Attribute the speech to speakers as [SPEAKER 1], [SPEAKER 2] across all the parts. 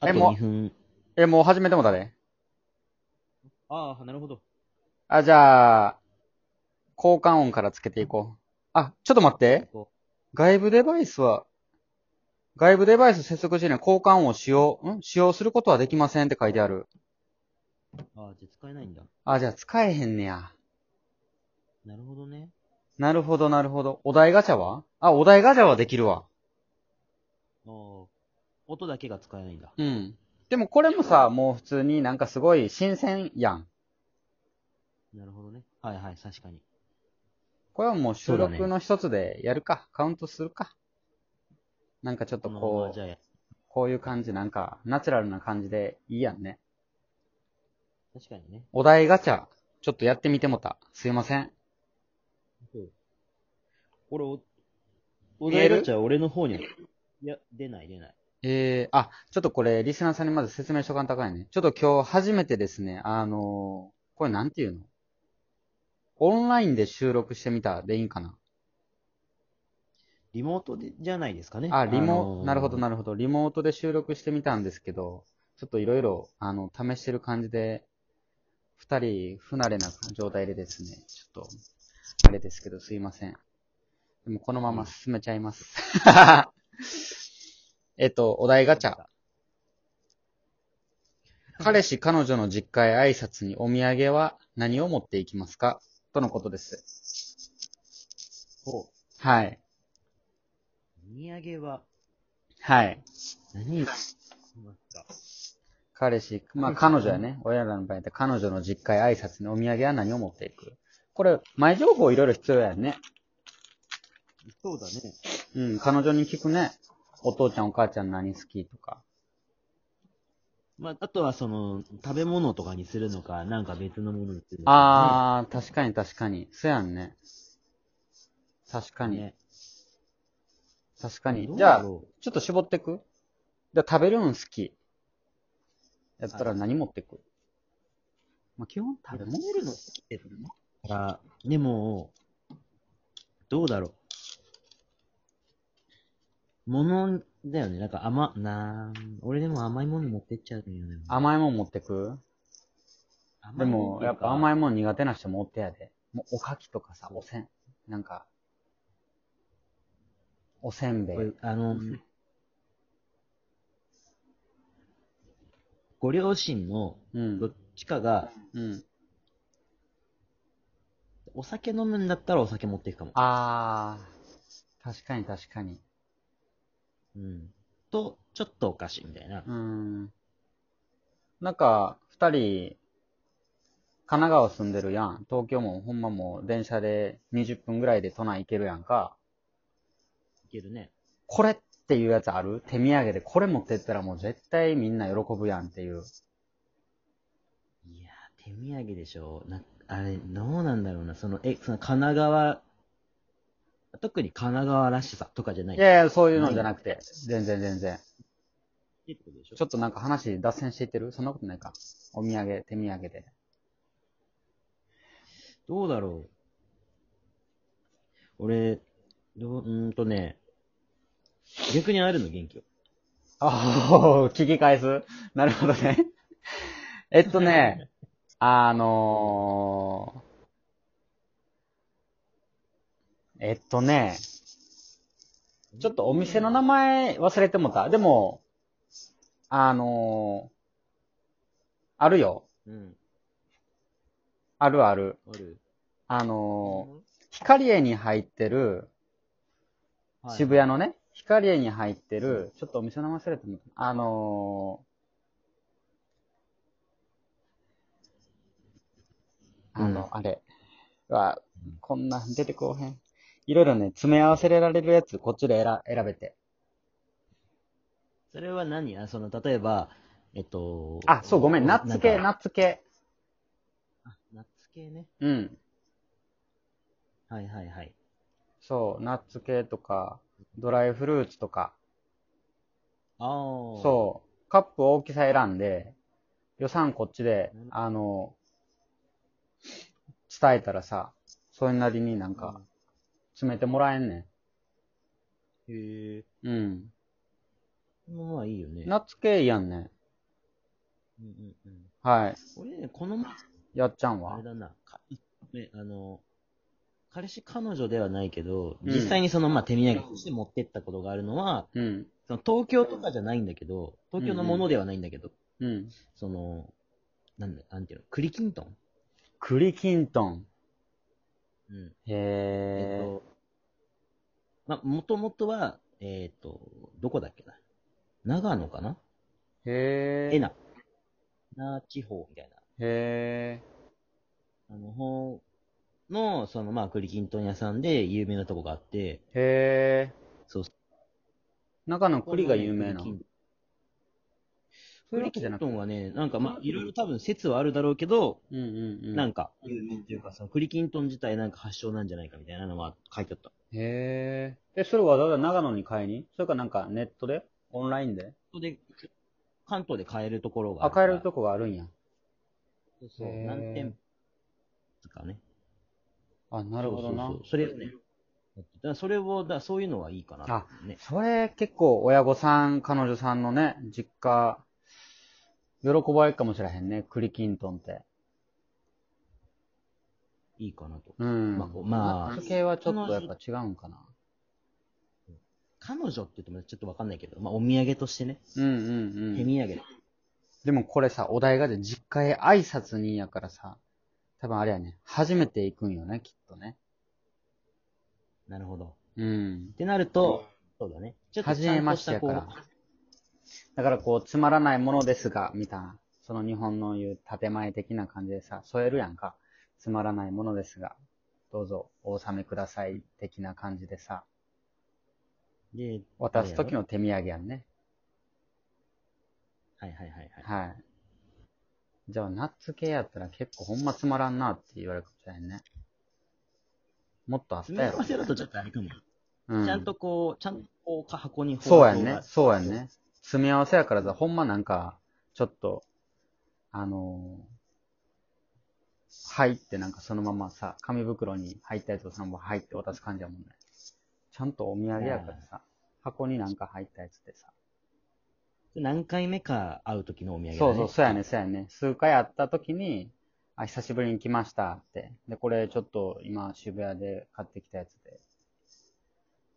[SPEAKER 1] あ
[SPEAKER 2] え
[SPEAKER 1] と
[SPEAKER 2] もう
[SPEAKER 1] 2分。
[SPEAKER 2] え、もう始めてもだね。
[SPEAKER 3] ああ、なるほど。
[SPEAKER 2] あ、じゃあ、交換音からつけていこう。あ、ちょっと待って。外部デバイスは、外部デバイス接続時には交換音を使用、ん使用することはできませんって書いてある。
[SPEAKER 3] ああ、じゃあ使えないんだ。
[SPEAKER 2] あ、じゃあ使えへんねや。
[SPEAKER 3] なるほどね。
[SPEAKER 2] なるほど、なるほど。お題ガチャはあ、お題ガチャはできるわ。
[SPEAKER 3] ああ、音だけが使えないんだ。
[SPEAKER 2] うん。でもこれもさ、もう普通になんかすごい新鮮やん。
[SPEAKER 3] なるほどね。はいはい、確かに。
[SPEAKER 2] これはもう収
[SPEAKER 1] そうだ
[SPEAKER 2] 録
[SPEAKER 1] ね
[SPEAKER 2] の一つでやるか、カウントするか。なんかちょっと
[SPEAKER 3] このま
[SPEAKER 2] こ
[SPEAKER 3] まじ
[SPEAKER 2] う、
[SPEAKER 3] ゃあや、
[SPEAKER 2] こういう感じなんか、ナチュラルな感じでいいやんね。
[SPEAKER 3] 確かにね。
[SPEAKER 2] お題ガチャ、ちょっとやってみてもた。すいません。
[SPEAKER 3] 俺、お、お
[SPEAKER 2] 見え
[SPEAKER 3] 題
[SPEAKER 2] る
[SPEAKER 3] ガチャ俺の方に。いや、出ない出ない。
[SPEAKER 2] えー、あ、ちょっとこれ、リスナーさんにまず説明しとかんとあかんよね。ちょっと今日初めてですね、あのーこれなんていうのオンラインで収録してみたでいいんかな
[SPEAKER 3] リモートでじゃないですかね。
[SPEAKER 2] あ、リモ、
[SPEAKER 3] のー
[SPEAKER 2] なるほど、なるほど。リモートで収録してみたんですけど、ちょっといろいろ、あの、試してる感じで、二人不慣れな状態でですね、ちょっと、あれですけど、すいません。でも、このまま進めちゃいます。 えっと、お題ガチャ。彼氏、彼女の実家へ挨拶にお土産は何を持っていきますかとのことです。
[SPEAKER 3] ほ
[SPEAKER 2] はい。
[SPEAKER 3] う。土産は、
[SPEAKER 2] はい。
[SPEAKER 3] 何をしますか
[SPEAKER 2] 彼氏、まあ彼女やね。親らの場合やったら彼女の実家へ挨拶にお土産は何を持っていくこれ、前情報いろいろ必要やんね。
[SPEAKER 3] そうだね。
[SPEAKER 2] うん、彼女に聞くね。お父ちゃんお母ちゃん何好きとか。
[SPEAKER 3] まあ、あとはその、食べ物とかにするのか、なんか別のものにするのか、
[SPEAKER 2] あー、確かに確かに。そうやんね。確か
[SPEAKER 3] あ
[SPEAKER 2] に。
[SPEAKER 3] ね。
[SPEAKER 2] 確かに
[SPEAKER 3] ど。う
[SPEAKER 2] じゃ
[SPEAKER 3] だ
[SPEAKER 2] あ、
[SPEAKER 3] ろう
[SPEAKER 2] ちょっと絞ってくじゃあ食べるの好き。やったら何持ってく、まあ基本食べ物。
[SPEAKER 3] るの好きでから、でも、どうだろう。ものだよね。なんか甘、なー俺でも甘いもの持ってっちゃうんよね。
[SPEAKER 2] 甘いもん持ってくでも、やっぱ甘
[SPEAKER 3] い。
[SPEAKER 2] いもん苦手な人もおってやで。もうおかきとかさ、おせん。なんか、おせんべい。
[SPEAKER 3] あの、ご両親の
[SPEAKER 2] うん
[SPEAKER 3] ど。っちかが、
[SPEAKER 2] うん。
[SPEAKER 3] お酒飲むんだったらお酒持っていくかも。
[SPEAKER 2] あー、確かに確かに。
[SPEAKER 3] うん。と、ちょっとお菓子みたいな。
[SPEAKER 2] うん。なんか、二人、神奈川住んでるやん。東京もほんまもう電車で20分ぐらいで都内行けるやんか。
[SPEAKER 3] いけるね。
[SPEAKER 2] これっていうやつある手土産でこれ持ってったらもう絶対みんな喜ぶやんっていう。
[SPEAKER 3] いやー、手土産でしょな、あれ、どうなんだろうな。その、え、その神奈川、特に神奈川らしさとかじゃない。
[SPEAKER 2] いやいや、そういうのじゃなくて、全然全然。
[SPEAKER 3] いいってことでしょ
[SPEAKER 2] ちょっとなんか話脱線していってるそんなことないか。お土産、手土産で。
[SPEAKER 3] どうだろう。俺、どう、うーんとね、逆に会えるの元気を。
[SPEAKER 2] ああ、 聞き返すなるほどね。えっとね、あのー、えっとね、ちょっとお店の名前忘れてもた。でも、あのー、あるよ。
[SPEAKER 3] うん。
[SPEAKER 2] あるある。
[SPEAKER 3] ある。
[SPEAKER 2] あのー、光栄に入ってる、渋谷
[SPEAKER 3] の。
[SPEAKER 2] のね、光栄に入ってる、ちょっとお店の名前忘れても、あのー、あ
[SPEAKER 3] う
[SPEAKER 2] の、
[SPEAKER 3] ん
[SPEAKER 2] あれは、こんな出てこうへん。いろいろね、詰め合わせられるやつ、こっちで選選べて。
[SPEAKER 3] それは何あその、例えば、えっと。
[SPEAKER 2] あ、そう、ごめん、ナッツ系、
[SPEAKER 3] な
[SPEAKER 2] ナ
[SPEAKER 3] んか
[SPEAKER 2] ッツ系。
[SPEAKER 3] あナッツ系ね。
[SPEAKER 2] うん。
[SPEAKER 3] はいはいはい。
[SPEAKER 2] そう、ナッツ系とか、ドライフルーツとか、
[SPEAKER 3] ああ。う。
[SPEAKER 2] そう、カップ大きさ選んで、予算こっちで
[SPEAKER 3] うん、
[SPEAKER 2] あの、伝えたらさ、それなりになんか、詰めてもらえんね
[SPEAKER 3] へえ。
[SPEAKER 2] ん。うん。
[SPEAKER 3] まあいいよね。
[SPEAKER 2] 夏系やんね。
[SPEAKER 3] うんうんうん。
[SPEAKER 2] はい。
[SPEAKER 3] 俺ね、この前、
[SPEAKER 2] やっちゃん
[SPEAKER 3] あ
[SPEAKER 2] は
[SPEAKER 3] れ。だな、かねあの、彼氏彼女ではないけど、
[SPEAKER 2] うん
[SPEAKER 3] 実際にその、まあ、手土産として持ってったことがあるのは、
[SPEAKER 2] うん。
[SPEAKER 3] その東京とかじゃないんだけど、東京のものではないんだけど、
[SPEAKER 2] うん。
[SPEAKER 3] その、なんだ、なんていうの、栗きんとん
[SPEAKER 2] 栗きんとん。
[SPEAKER 3] うん。え
[SPEAKER 2] へ
[SPEAKER 3] っ
[SPEAKER 2] え。
[SPEAKER 3] と、まあ、もともとは、えっ、と、どこだっけな。長野かな
[SPEAKER 2] へ
[SPEAKER 3] え
[SPEAKER 2] え。
[SPEAKER 3] な。な地方みたいな。
[SPEAKER 2] へえ。
[SPEAKER 3] あの、ほうの、その、まあ、栗きんとん屋さんで有名なとこがあって、
[SPEAKER 2] へえ。
[SPEAKER 3] そう
[SPEAKER 2] 中の栗が有名な
[SPEAKER 3] 栗きん
[SPEAKER 2] の。そういうわ
[SPEAKER 3] 栗
[SPEAKER 2] け
[SPEAKER 3] き
[SPEAKER 2] じゃ
[SPEAKER 3] ん
[SPEAKER 2] な
[SPEAKER 3] と
[SPEAKER 2] くて。
[SPEAKER 3] んはね、なんかまあ、いろいろ多分説はあるだろうけど、
[SPEAKER 2] うんうんうん。
[SPEAKER 3] なんか、有名というか、その栗きんとん自体なんか発祥なんじゃないかみたいなのは書いてあった。
[SPEAKER 2] へえ。え、それわざわざ長野に買いにそれかなんかネットでオンラインで
[SPEAKER 3] それで、関東で買えるところが
[SPEAKER 2] あ、買えると
[SPEAKER 3] こ
[SPEAKER 2] こがあるんや。
[SPEAKER 3] ろ。そう
[SPEAKER 2] へー
[SPEAKER 3] 何店舗かね。
[SPEAKER 2] あ、なるほどな
[SPEAKER 3] そう。そうそうそれをね、だからそれを、だそういうのはいいかな、ね。
[SPEAKER 2] それ結構親御さん、彼女さんのね、実家、喜ばれるかもしれへんね、栗きんとんって。
[SPEAKER 3] いいかなと。
[SPEAKER 2] うん。
[SPEAKER 3] まあこうまあ
[SPEAKER 2] 夏系はちょっとやっぱ違うんかな。
[SPEAKER 3] 彼女って言ってもちょっとわかんないけど、まあ、お土産としてね、
[SPEAKER 2] うんうんう
[SPEAKER 3] 手
[SPEAKER 2] ん。
[SPEAKER 3] 土産で。
[SPEAKER 2] でもこれさ、お題がで実家へ挨拶にやからさ、多分あれやね、初めて行くんよね、きっとね。
[SPEAKER 3] なるほど。
[SPEAKER 2] うん
[SPEAKER 3] っ。てなると、そうだね。ちょっとちゃんとしたこ
[SPEAKER 2] 初め
[SPEAKER 3] う
[SPEAKER 2] ましてやだからこう、つまらないものですが、みたいな。その日本の言う建前的な感じでさ、添えるやんか。つまらないものですが、どうぞお納めください的な感じでさ、
[SPEAKER 3] で、
[SPEAKER 2] 渡す時の手土産やんね。
[SPEAKER 3] はいはいはいはい。
[SPEAKER 2] はい。じゃあ、ナッツ系やったら結構ほんまつまらんなって言われるかもしれんね。もっとあった
[SPEAKER 3] 詰め
[SPEAKER 2] や
[SPEAKER 3] 合
[SPEAKER 2] ろ
[SPEAKER 3] わ。せだとちょっとあれかも。
[SPEAKER 2] う
[SPEAKER 3] ちゃんとこう、ちゃんとこうか箱に包丁
[SPEAKER 2] そう
[SPEAKER 3] が
[SPEAKER 2] やんね。そうやんね。詰め合わせやからさ、ほんまなんか、ちょっと、あのー入ってなんかそのままさ、紙袋に入ったやつをそのまま入って渡す感じやもんね。ちゃんとお土産やからさ、箱になんか入ったやつってさ。
[SPEAKER 3] 何回目か会う時のお土産だね。
[SPEAKER 2] そうそう、そうやね、そうやね。数回会った時に、あ、久しぶりに来ましたって。で、これちょっと今渋谷で買ってきたやつで、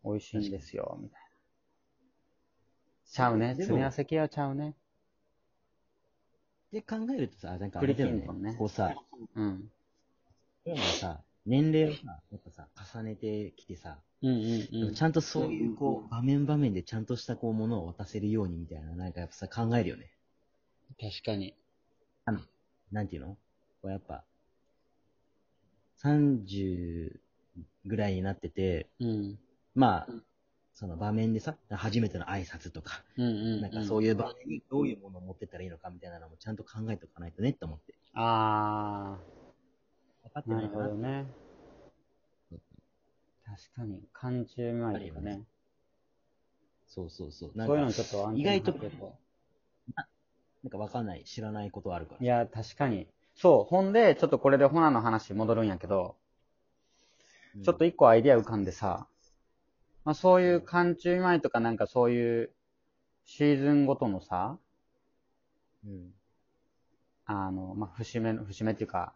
[SPEAKER 2] 美味しいんですよ、みたいな。ちゃうね。
[SPEAKER 3] でも
[SPEAKER 2] 詰め合わせ系はちゃうね。
[SPEAKER 3] で考えるとさ、なんかあれだよ
[SPEAKER 2] 栗きんとんね
[SPEAKER 3] ね。こうさ、
[SPEAKER 2] うん。
[SPEAKER 3] 俺らもさ、年齢をさ、やっぱさ、重ねてきてさ、
[SPEAKER 2] うんうんうん。
[SPEAKER 3] ちゃんとそういうこう、場面場面でちゃんとしたこう、ものを渡せるようにみたいな、なんかやっぱさ、考えるよね。
[SPEAKER 2] 確かに。
[SPEAKER 3] なんていうのこうやっぱ、30ぐらいになってて、
[SPEAKER 2] うん。
[SPEAKER 3] まあ
[SPEAKER 2] うん、
[SPEAKER 3] その場面でさ、初めての挨拶とか、
[SPEAKER 2] うんうん。
[SPEAKER 3] なんかそう
[SPEAKER 2] い
[SPEAKER 3] いう場面にどういうものを持ってったらいいのかみたいなのもちゃんと考えておかないとねって思って。
[SPEAKER 2] うん。あ
[SPEAKER 3] 分かっ
[SPEAKER 2] あ、
[SPEAKER 3] て
[SPEAKER 2] な
[SPEAKER 3] な
[SPEAKER 2] る
[SPEAKER 3] いか
[SPEAKER 2] ほ
[SPEAKER 3] な
[SPEAKER 2] どね。確かに、缶中見舞いとかね。
[SPEAKER 3] そうそうそう。なん
[SPEAKER 2] そういう
[SPEAKER 3] か、
[SPEAKER 2] のちょっと安
[SPEAKER 3] 意外と
[SPEAKER 2] 定して
[SPEAKER 3] なんか分かんない、知らないことあるから。
[SPEAKER 2] いや、確かに。そう、ほんで、ちょっとこれでホナの話戻るんやけど、
[SPEAKER 3] うん、
[SPEAKER 2] ちょっと一個アイディア浮かんでさ、まあそういう缶中見舞いとかなんかそういうシーズンごとのさ、
[SPEAKER 3] うん。
[SPEAKER 2] あの、まあ節目の、節目っていうか、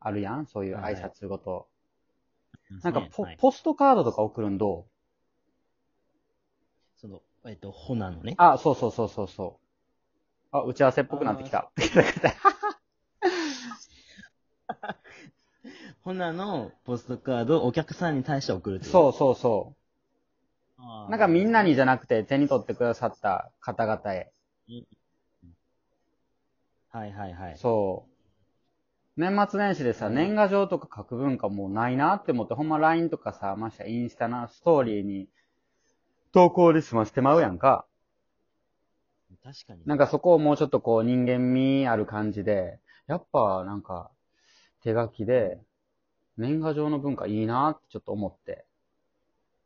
[SPEAKER 2] あるやんそういう挨拶ごと。なんかポ、
[SPEAKER 3] はい
[SPEAKER 2] ポストカードとか送るんどう
[SPEAKER 3] その、えっと、ホナのね。
[SPEAKER 2] あ、そうそうそうそうそう。あ、打ち合わせっぽくなってきた。
[SPEAKER 3] ホナのポストカードをお客さんに対して送る。
[SPEAKER 2] そううそうそ
[SPEAKER 3] あ
[SPEAKER 2] う。
[SPEAKER 3] ー
[SPEAKER 2] なんかみんなにじゃなくて手に取ってくださった方々へ。
[SPEAKER 3] はいはいはい。
[SPEAKER 2] そう。年末年始でさ、
[SPEAKER 3] うん
[SPEAKER 2] 年賀状とか書く文化もうないなって思って、ほんま LINE とかさ、ましてインスタな、ストーリーに投稿で済ましてまうやんか。
[SPEAKER 3] 確かに。
[SPEAKER 2] なんかそこをもうちょっとこう人間味ある感じで、やっぱなんか手書きで年賀状の文化いいなってちょっと思って。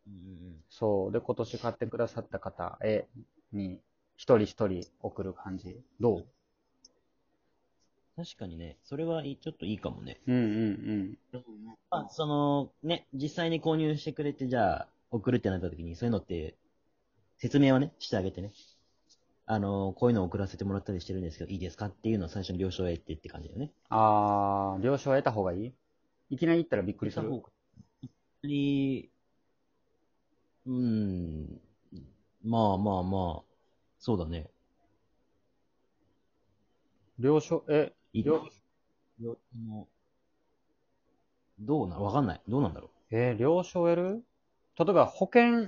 [SPEAKER 3] うんうんうん。
[SPEAKER 2] そう。で、今年買ってくださった方へ、に、一人一人送る感じ。どう
[SPEAKER 3] 確かにね、それはいいちょっといいかもね。
[SPEAKER 2] うんうん
[SPEAKER 3] まあ、その、ね、実際に購入してくれて、じゃあ、送るってなった時に、そういうのって、説明はね、してあげてね。あの、こういうのを送らせてもらったりしてるんですけど、いいですかっていうのを最初に了承を得てって感じだよね。
[SPEAKER 2] あー、了承を得た方がいいいきなり行ったらびっくりする。
[SPEAKER 3] に、うん、まあまあまあ、そうだね。
[SPEAKER 2] 了承、え、
[SPEAKER 3] い
[SPEAKER 2] 了
[SPEAKER 3] よもうどうな、わかんない。どうなんだろ
[SPEAKER 2] えー了承を得る例えば保険、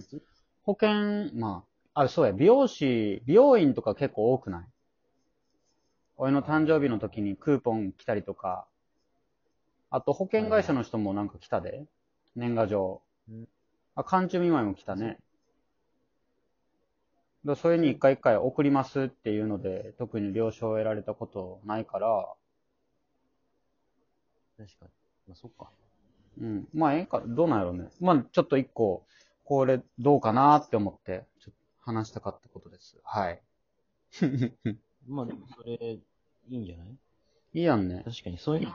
[SPEAKER 2] 保険、まあ、あ、そうや、美容師、美容院とか結構多くない俺の誕生日の時にクーポン来たりとか、あと保険会社の人もなんか来たで、年賀状
[SPEAKER 3] うん。
[SPEAKER 2] あ、寒中見舞いも来たね。だそれに一回一回送りますっていうので、特に了承を得られたことないから、
[SPEAKER 3] う。確かに。まあそっか。
[SPEAKER 2] うん。まあ、ええか、どうなんやろうね。まあ、ちょっと一個、これどうかなって思って、ちょっと話したかったことです。はい。
[SPEAKER 3] まあでもそれ、いいんじゃない
[SPEAKER 2] いいやんね。
[SPEAKER 3] 確かに、そういうの、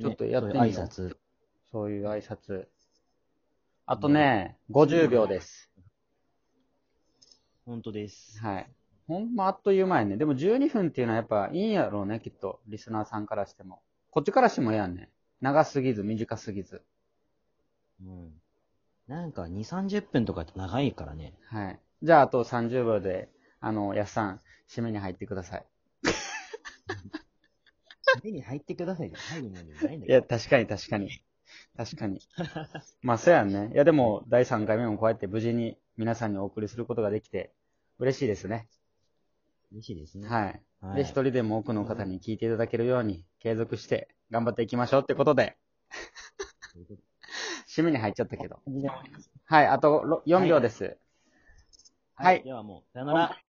[SPEAKER 2] ちょっとやって
[SPEAKER 3] そう
[SPEAKER 2] みよう
[SPEAKER 3] いう挨拶。
[SPEAKER 2] そういう挨拶。あとね、50秒です。
[SPEAKER 3] 本当です。
[SPEAKER 2] はい。ほんまあっという間やね。でも12分っていうのはやっぱいいんやろうね、きっと。リスナーさんからしても。こっちからしてもええやんね。長すぎず、短すぎず。
[SPEAKER 3] うん。なんか、2、30分とかって長いからね。
[SPEAKER 2] はい。じゃあ、あと30秒で、あの、やっさん、締めに入ってください。
[SPEAKER 3] 目に入ってくださいが入るもんじゃないんだ
[SPEAKER 2] い
[SPEAKER 3] け
[SPEAKER 2] や、
[SPEAKER 3] ど。
[SPEAKER 2] 確かに確かに。確か に。まあ、そうやんね。いや、でも、第3回目もこうやって無事に皆さんにお送りすることができて、嬉しいですね。
[SPEAKER 3] 嬉しいですね。
[SPEAKER 2] はい。
[SPEAKER 3] はい。
[SPEAKER 2] で、一人でも多くの方に聞いていただけるように、継続して頑張っていきましょうってことで、締めに入っちゃったけど。はい、あとろ4秒です。はい
[SPEAKER 3] ではもう、さよなら。